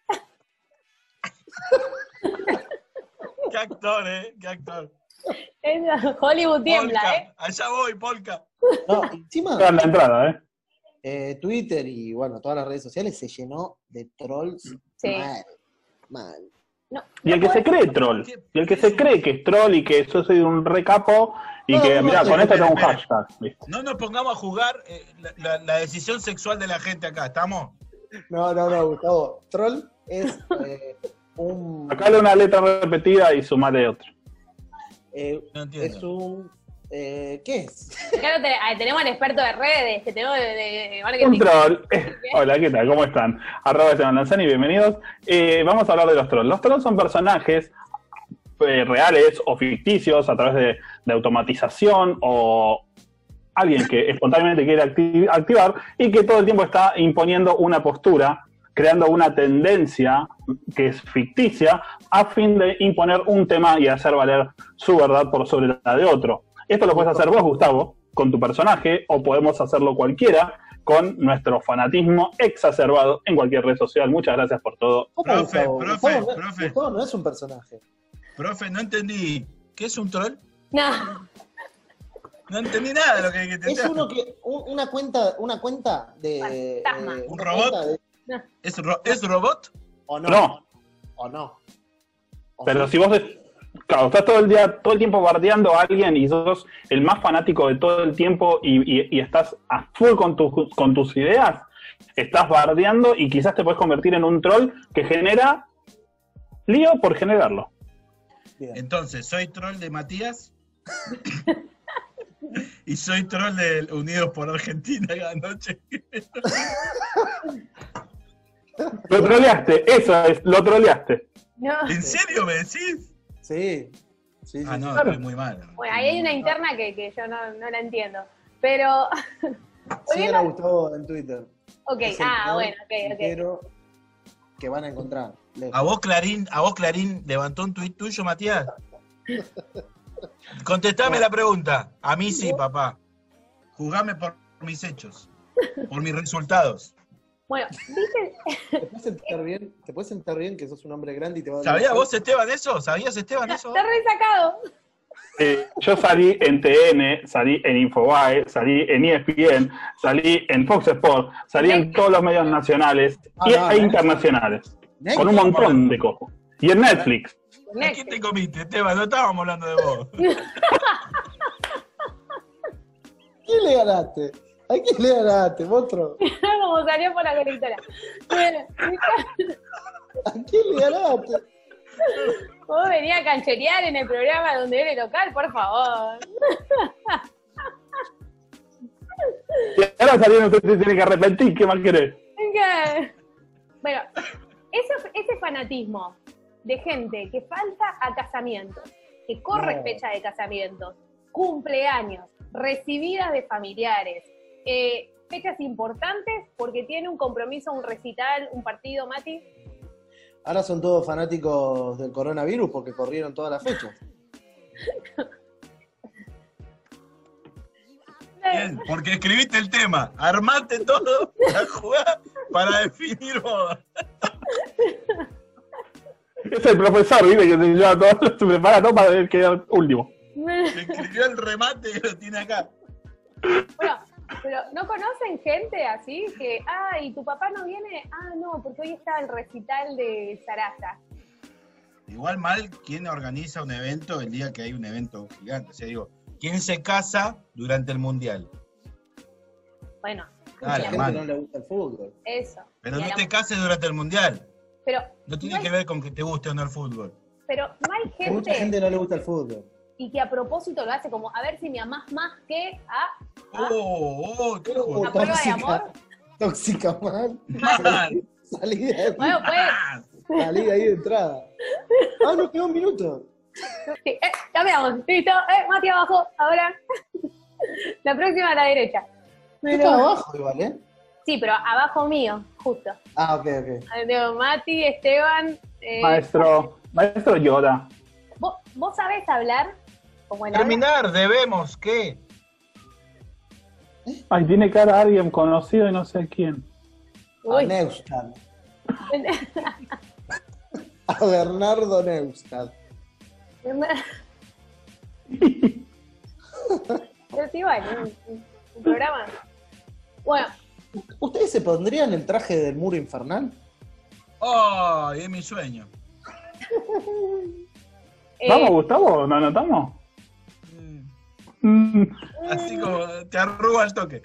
Speaker 2: Qué actor, ¿eh? Qué actor.
Speaker 1: Esa- Hollywood tiembla,
Speaker 2: Polka.
Speaker 1: ¿eh?
Speaker 2: Allá voy, Polka.
Speaker 3: No, encima
Speaker 4: Era la entrada, ¿eh?
Speaker 3: eh, Twitter y bueno, todas las redes sociales se llenó de trolls
Speaker 1: Sí.
Speaker 3: mal. Mal.
Speaker 1: No,
Speaker 4: Y el que se cree troll. Y el que se cree que es troll y que yo soy un recapo y
Speaker 3: No,
Speaker 4: que,
Speaker 3: no,
Speaker 4: mirá,
Speaker 3: no,
Speaker 4: con
Speaker 3: no,
Speaker 4: esto tengo un
Speaker 2: espera,
Speaker 4: hashtag. ¿viste?
Speaker 2: No nos pongamos a jugar eh, la, la- la decisión sexual de la gente acá, ¿estamos?
Speaker 3: No, no, no, Gustavo. Troll es eh, un.
Speaker 4: Sacale una letra repetida y sumale otra.
Speaker 3: eh,
Speaker 2: No entiendo.
Speaker 3: es un. eh, ¿Qué es?
Speaker 1: Claro, te- ah, tenemos al experto de redes, que tenemos de, de- de marketing.
Speaker 4: Un troll. Eh, Hola, ¿qué tal? ¿Cómo están? Arroba Esteban Lanzani, bienvenidos. Eh, vamos a hablar de los trolls. Los trolls son personajes eh, reales o ficticios a través de, de automatización o alguien que espontáneamente quiere acti- activar y que todo el tiempo está imponiendo una postura, creando una tendencia que es ficticia a fin de imponer un tema y hacer valer su verdad por sobre la de otro. Esto lo puedes hacer vos, Gustavo, con tu personaje o podemos hacerlo cualquiera con nuestro fanatismo exacerbado en cualquier red social. Muchas gracias por todo.
Speaker 3: ¿Cómo,
Speaker 2: Profe,
Speaker 3: Gustavo?
Speaker 2: profe,
Speaker 3: Gustavo no-
Speaker 2: profe.
Speaker 3: Gustavo no es un personaje.
Speaker 2: Profe, no entendí. ¿Qué es un troll?
Speaker 1: No,
Speaker 2: No entendí nada de lo que, que te
Speaker 3: Es uno que. un- una cuenta, una cuenta de.
Speaker 1: Fantasma.
Speaker 3: eh,
Speaker 2: ¿Un
Speaker 3: una
Speaker 2: robot?
Speaker 3: cuenta de-
Speaker 2: ¿Es, ro- es robot?
Speaker 3: o no,
Speaker 4: No.
Speaker 3: O no. O
Speaker 4: Pero
Speaker 3: sí.
Speaker 4: si vos, es- claro, estás todo el día, todo el tiempo bardeando a alguien y sos el más fanático de todo el tiempo y, y- y estás a full con, tus con tus ideas, estás bardeando y quizás te puedes convertir en un troll que genera lío por generarlo.
Speaker 3: Bien.
Speaker 2: Entonces, soy troll de Matías. y soy troll de Unidos por Argentina anoche.
Speaker 4: Lo troleaste, eso es, lo troleaste.
Speaker 1: no.
Speaker 2: ¿En serio me decís?
Speaker 3: Sí. Sí, sí,
Speaker 2: Ah,
Speaker 3: sí.
Speaker 2: no,
Speaker 4: Claro.
Speaker 2: estoy muy mal.
Speaker 1: Bueno, ahí
Speaker 3: Mm,
Speaker 1: hay una interna que, que yo no, no la entiendo. Pero,
Speaker 3: Sí, era Gustavo en Twitter.
Speaker 1: ok,
Speaker 3: Es el
Speaker 1: ah,
Speaker 3: peor
Speaker 1: bueno, ok, ok.
Speaker 3: tuitero que van a encontrar. lejos.
Speaker 2: A vos, Clarín, a vos, Clarín, levantó un tuit tuyo, Matías. Contestame la pregunta. A mí sí, papá. Juzgame por mis hechos, por mis resultados.
Speaker 1: Bueno, viste,
Speaker 3: ¿Te puedes sentar bien? ¿Te puedes sentar bien que sos un hombre grande y te va a doler?
Speaker 2: ¿Sabías vos, Esteban, eso? ¿Sabías, Esteban, eso?
Speaker 1: está resacado.
Speaker 4: Eh, yo salí en TN, salí en Infobae, salí en E ESPN, salí en Fox Sports, salí en todos los medios nacionales y-
Speaker 3: Ah, no,
Speaker 4: e
Speaker 3: no.
Speaker 4: internacionales,
Speaker 3: Next.
Speaker 4: con un montón de cosas. Y en Netflix.
Speaker 2: ¿A quién te comiste, Esteban? No estábamos hablando de vos.
Speaker 3: ¿A quién le ganaste? ¿A quién le ganaste, monstruo?
Speaker 1: Como salió por la colectora. Bueno,
Speaker 3: ¿A quién le ganaste?
Speaker 1: vos venías a cancherear en el programa donde eres local, por favor.
Speaker 4: Y ahora salieron ustedes tienen que arrepentir, ¿qué más querés?
Speaker 1: Venga. Bueno, eso- ese fanatismo de gente que falta a casamientos, que corre
Speaker 3: No.
Speaker 1: fecha de casamientos, cumpleaños, recibidas de familiares, eh, fechas importantes porque tiene un compromiso, un recital, un partido, Mati.
Speaker 3: Ahora son todos fanáticos del coronavirus porque corrieron todas las fechas.
Speaker 2: Bien, porque escribiste el tema. Armaste todo para jugar, para definir vos.
Speaker 4: Es el profesor, ¿viste? Que se lleva todo, se prepara todo para quedar último.
Speaker 2: Escribió el remate y lo tiene acá.
Speaker 1: Bueno, pero ¿no conocen gente así que, ah, y tu papá no viene? Ah, no, porque hoy está el recital de Sarasa.
Speaker 2: Igual mal, ¿quién organiza un evento el día que hay un evento gigante? O sea, digo, ¿quién se casa durante el mundial?
Speaker 1: Bueno,
Speaker 3: A
Speaker 2: Dale,
Speaker 3: Ah, la gente
Speaker 2: mano.
Speaker 3: no le gusta el fútbol.
Speaker 1: eso.
Speaker 2: Pero
Speaker 1: Y a
Speaker 2: no
Speaker 1: la-
Speaker 2: te cases durante el mundial.
Speaker 1: Pero
Speaker 2: No tiene que ver con que te guste o no el fútbol.
Speaker 1: pero no hay
Speaker 3: Que mucha gente
Speaker 1: gente
Speaker 3: no le gusta el fútbol.
Speaker 1: y que a propósito lo hace como a ver si me amás más que a
Speaker 2: Oh, oh, qué
Speaker 3: Oh,
Speaker 1: ¿A
Speaker 2: joder.
Speaker 1: prueba de amor?
Speaker 3: Tóxica, man.
Speaker 2: Mal.
Speaker 3: Salí de ahí.
Speaker 1: Bueno, pues,
Speaker 3: Salí de ahí de entrada. Ah, nos quedó un minuto.
Speaker 1: sí, eh, cambiamos, listo, eh, más hacia abajo, ahora. la próxima a la derecha.
Speaker 3: Pero... abajo igual, ¿eh?
Speaker 1: Sí, pero abajo mío, justo.
Speaker 3: Ah, ok, ok.
Speaker 1: A ver, Tengo Mati, Esteban. eh,
Speaker 4: Maestro, maestro Yoda.
Speaker 1: ¿vos, vos sabés hablar? Como el habla?
Speaker 2: Terminar, debemos, ¿qué?
Speaker 4: Ay, tiene cara a alguien conocido y no sé quién.
Speaker 3: A
Speaker 1: Uy.
Speaker 3: Neustadt. A Bernardo Neustadt.
Speaker 1: Es igual, ¿eh? un, un programa. Bueno,
Speaker 3: ¿Ustedes se pondrían el traje del muro infernal?
Speaker 2: Oh, es mi sueño.
Speaker 1: eh,
Speaker 4: Vamos, Gustavo, ¿nos anotamos?
Speaker 2: Mm,
Speaker 4: Mm,
Speaker 2: Así como te arruga el toque.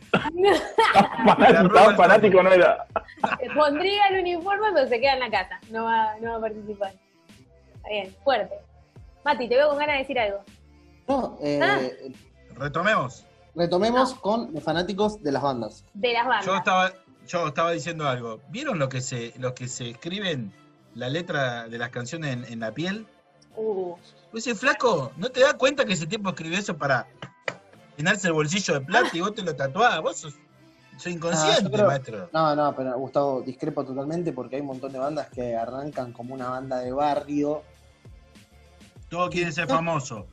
Speaker 4: Pará, Gustavo fanático no era.
Speaker 1: se Eh, pondría el uniforme, pero se queda en la casa. No va, no va a participar. Está bien, fuerte. Mati, te veo con ganas de decir algo.
Speaker 3: No, eh,
Speaker 1: Ah.
Speaker 2: Retomemos.
Speaker 3: retomemos con los fanáticos de las bandas.
Speaker 1: De las bandas.
Speaker 2: Yo estaba, yo estaba diciendo algo. ¿Vieron lo que se, lo que se escriben la letra de las canciones en, en la piel?
Speaker 1: Uh,
Speaker 2: Pues ese flaco, ¿no te das cuenta que ese tipo escribió eso para llenarse el bolsillo de plata y vos te lo tatuás? Vos sos, sos inconsciente,
Speaker 3: Ah, yo creo-
Speaker 2: maestro.
Speaker 3: No, no, pero Gustavo, discrepo totalmente porque hay un montón de bandas que arrancan como una banda de barrio.
Speaker 2: Todos quieren ser famosos.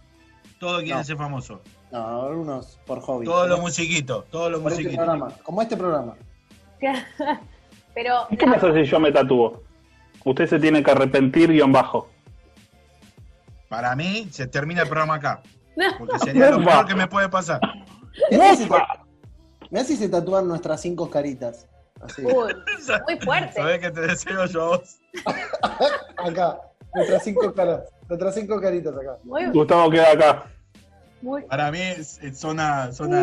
Speaker 2: Todos quieren
Speaker 3: No.
Speaker 2: ser famosos.
Speaker 3: No, algunos por hobby.
Speaker 2: Todos los
Speaker 3: Como-
Speaker 2: musiquitos, todos los
Speaker 3: por este
Speaker 2: musiquitos.
Speaker 3: programa, como este programa.
Speaker 1: pero
Speaker 4: ¿Y ¿Qué pasa si yo me tatúo? Usted se tiene que arrepentir guión bajo.
Speaker 2: Para mí, se termina el programa acá.
Speaker 1: No.
Speaker 2: Porque sería lo
Speaker 4: Ufa.
Speaker 2: mejor que me puede pasar.
Speaker 3: Me hace, me hace se tatuar nuestras cinco caritas. Así.
Speaker 1: uy, muy fuerte.
Speaker 2: Sabés que te deseo yo a vos.
Speaker 3: Acá. Nuestras cinco caras. Nuestras cinco caritas acá.
Speaker 1: Muy,
Speaker 4: Gustavo queda acá.
Speaker 1: muy,
Speaker 2: Para mí es, es zona, zona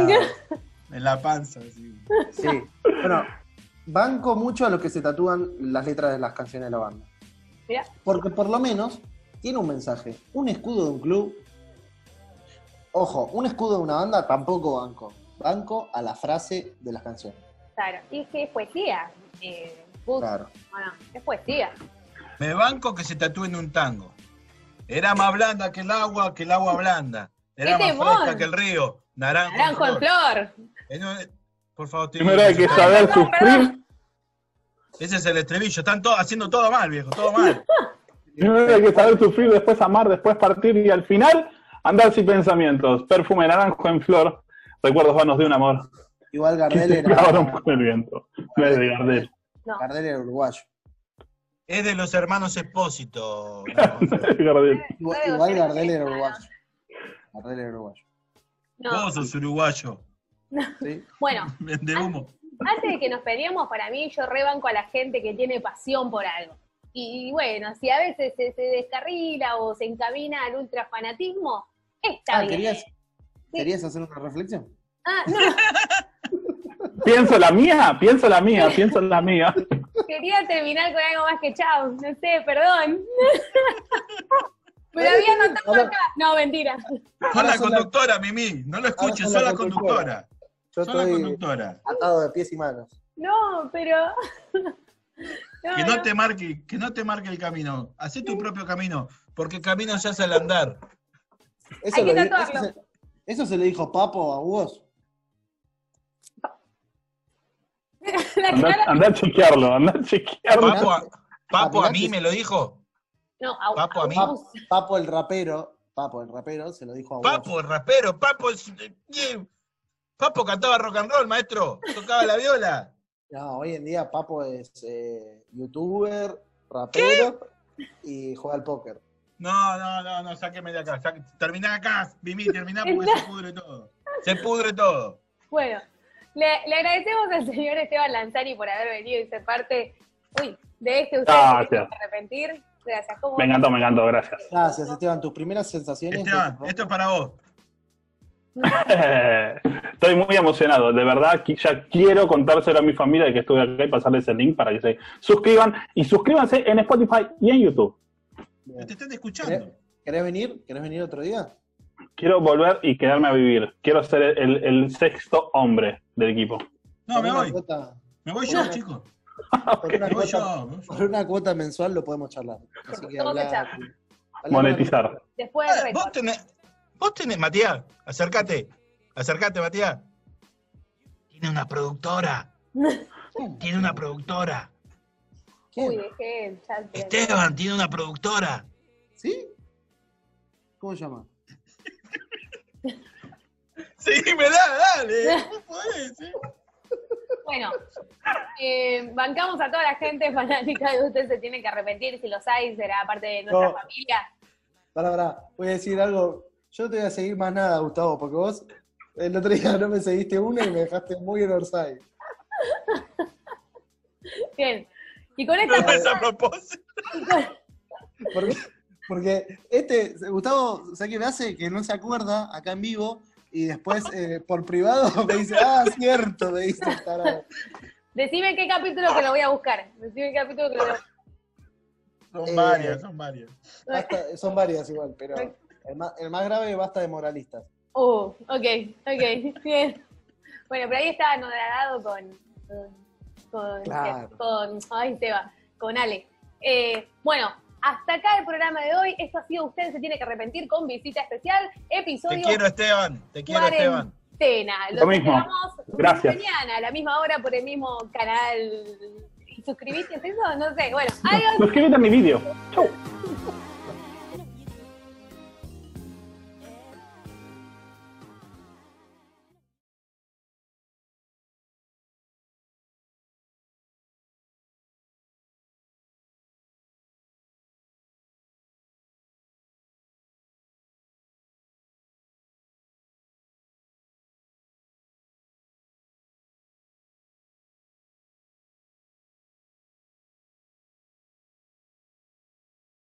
Speaker 2: en la panza. así.
Speaker 3: Sí. Bueno, banco mucho a los que se tatúan las letras de las canciones de la banda.
Speaker 1: Mirá.
Speaker 3: Porque por lo menos tiene un mensaje. Un escudo de un club. Ojo, un escudo de una banda tampoco banco. Banco a la frase de las canciones.
Speaker 1: claro. Y es que es poesía. Eh, Gus,
Speaker 3: Claro.
Speaker 1: bueno, es poesía.
Speaker 2: Me banco que se tatúen un tango. Era más blanda que el agua, que el agua blanda. Era
Speaker 1: ¡Qué
Speaker 2: más
Speaker 1: temón!
Speaker 2: fresca que el río. Naranjo,
Speaker 1: Naranjo en flor.
Speaker 2: En un- Por favor, te
Speaker 4: Primero hay que saber
Speaker 1: perdón,
Speaker 4: sufrir.
Speaker 2: Ese es el estribillo. Están todos haciendo todo mal, viejo, todo mal.
Speaker 4: Primero hay que saber sufrir, después amar, después partir y al final andar sin pensamientos. Perfume naranjo en flor. Recuerdos vanos de un amor.
Speaker 3: Igual
Speaker 4: Que
Speaker 3: Gardel
Speaker 4: se
Speaker 3: era,
Speaker 4: clavaron con el viento. No es de Gardel.
Speaker 1: No,
Speaker 3: Gardel era uruguayo.
Speaker 2: Es de los hermanos Espósito.
Speaker 4: No es de Gardel.
Speaker 3: Igual,
Speaker 1: Claro,
Speaker 3: igual
Speaker 1: sí,
Speaker 3: Gardel
Speaker 1: sí,
Speaker 3: era
Speaker 1: claro.
Speaker 3: uruguayo. Gardel era uruguayo.
Speaker 1: no.
Speaker 2: Vos sos uruguayo.
Speaker 3: ¿sí?
Speaker 1: Bueno,
Speaker 2: Vende humo.
Speaker 1: antes de que nos peleemos, para mí yo rebanco a la gente que tiene pasión por algo. Y, y bueno, si a veces se, se descarrila o se encamina al ultrafanatismo, está
Speaker 3: Ah,
Speaker 1: bien.
Speaker 3: ¿querías, ¿querías hacer una reflexión?
Speaker 1: Ah, no,
Speaker 4: Pienso la mía, pienso la mía, pienso la mía.
Speaker 1: quería terminar con algo más que chao. No sé, perdón. Pero había notado
Speaker 3: Ahora-
Speaker 1: acá. No, mentira.
Speaker 2: Son
Speaker 3: Ahora
Speaker 2: la
Speaker 3: son la-
Speaker 2: conductora, Mimi. No lo escuches,
Speaker 3: son
Speaker 2: son
Speaker 3: la
Speaker 2: la conductora.
Speaker 3: Yo
Speaker 2: Son la
Speaker 3: estoy
Speaker 2: conductora.
Speaker 3: atado de pies y manos.
Speaker 1: No, pero. No,
Speaker 2: Que
Speaker 1: no.
Speaker 2: no te marque, que no te marque el camino. Hacé tu propio camino, porque el camino se hace al andar.
Speaker 3: Eso,
Speaker 1: Hay que
Speaker 3: lo di-
Speaker 1: tatuarlo.
Speaker 3: eso se, eso se le dijo Papo a vos.
Speaker 1: La
Speaker 4: Andá,
Speaker 1: cara-
Speaker 4: andá a chequearlo, andá a chequearlo.
Speaker 2: Papo a, Papo a mí me lo dijo.
Speaker 1: No, au-
Speaker 2: Papo, a mí.
Speaker 1: au-
Speaker 3: Papo el rapero, Papo el rapero se lo dijo a vos.
Speaker 2: Papo, el rapero, Papo es- eh, Papo cantaba rock and roll, maestro. Tocaba la viola.
Speaker 3: No, hoy en día Papo es eh, youtuber, rapero y juega al póker.
Speaker 2: No, no, no, no, sáqueme de acá. saque- terminá acá, Mimi, terminá porque se pudre todo. Se pudre todo.
Speaker 1: Bueno, le, le agradecemos al señor Esteban Lanzani por haber venido y ser parte uy, de este Ustedes
Speaker 4: Gracias.
Speaker 1: se tienen que arrepentir. Gracias. ¿Cómo?
Speaker 4: Me encantó, me encantó, gracias.
Speaker 3: Gracias, Esteban. Tus primeras sensaciones.
Speaker 2: Esteban, esto es para vos.
Speaker 4: Estoy muy emocionado, de verdad, qui- ya quiero contárselo a mi familia de que estuve acá y pasarles el link para que se suscriban y suscríbanse en Spotify y en YouTube.
Speaker 3: Bien.
Speaker 5: No te están escuchando.
Speaker 3: ¿Querés venir? ¿Querés venir otro día?
Speaker 4: Quiero volver y quedarme a vivir. Quiero ser el, el sexto hombre del equipo.
Speaker 5: No, me
Speaker 3: Por una
Speaker 5: voy.
Speaker 2: pues,
Speaker 3: cuota-
Speaker 5: Me voy
Speaker 3: Por
Speaker 5: yo,
Speaker 3: una-
Speaker 5: chicos.
Speaker 3: por, una
Speaker 5: Me voy
Speaker 3: cuota,
Speaker 5: yo. me voy yo.
Speaker 3: por una cuota mensual lo podemos charlar. Así que
Speaker 1: Vamos a
Speaker 3: hablar,
Speaker 1: charlar.
Speaker 4: Monetizar.
Speaker 1: Después
Speaker 2: Ah,
Speaker 1: del
Speaker 2: Vos
Speaker 1: récord.
Speaker 2: tenés, vos tenés, Matías, acércate, acércate, Matías. Tiene una productora, tiene una productora.
Speaker 3: ¿Quién?
Speaker 1: Uy, dejé el chat.
Speaker 2: Esteban tiene una productora.
Speaker 3: ¿Sí? ¿Cómo se llama?
Speaker 2: Sí, me da, dale. vos podés, sí.
Speaker 1: Bueno, eh, bancamos a toda la gente fanática de usted, se tiene que arrepentir. Si los hay, será parte de nuestra
Speaker 3: No.
Speaker 1: familia.
Speaker 3: Pará, pará, voy a decir algo. Yo no te voy a seguir más nada, Gustavo, porque vos el otro día no me seguiste una y me dejaste muy en Orsay.
Speaker 1: Bien. Y con esta.
Speaker 2: No es a propósito.
Speaker 3: Porque, porque este, Gustavo, sé que me hace que no se acuerda acá en vivo y después eh, por privado me dice, ah, cierto, me dice. tarado.
Speaker 1: Decime qué capítulo que lo voy a buscar. Decime qué capítulo que lo voy a buscar.
Speaker 3: Eh,
Speaker 5: Son varias, son varias.
Speaker 3: Basta- son varias igual, pero el más, el más grave basta de moralistas.
Speaker 1: Oh, ok, ok, bien. Bueno, pero ahí estaba anodado con. con.
Speaker 3: Claro.
Speaker 1: con. ay, Seba, con Ale. Eh, bueno, hasta acá el programa de hoy. Esto ha sido Usted se tiene que arrepentir con visita especial,
Speaker 2: Te
Speaker 1: episodio
Speaker 2: quiero, Esteban, te quiero, Esteban.
Speaker 1: cuarentena. Los
Speaker 4: Lo mismo.
Speaker 1: esperamos
Speaker 4: Gracias.
Speaker 1: mañana a la misma hora por el mismo canal. ¿Y suscribiste eso? No sé. Bueno, adiós.
Speaker 4: Suscríbete a mi vídeo. Chau.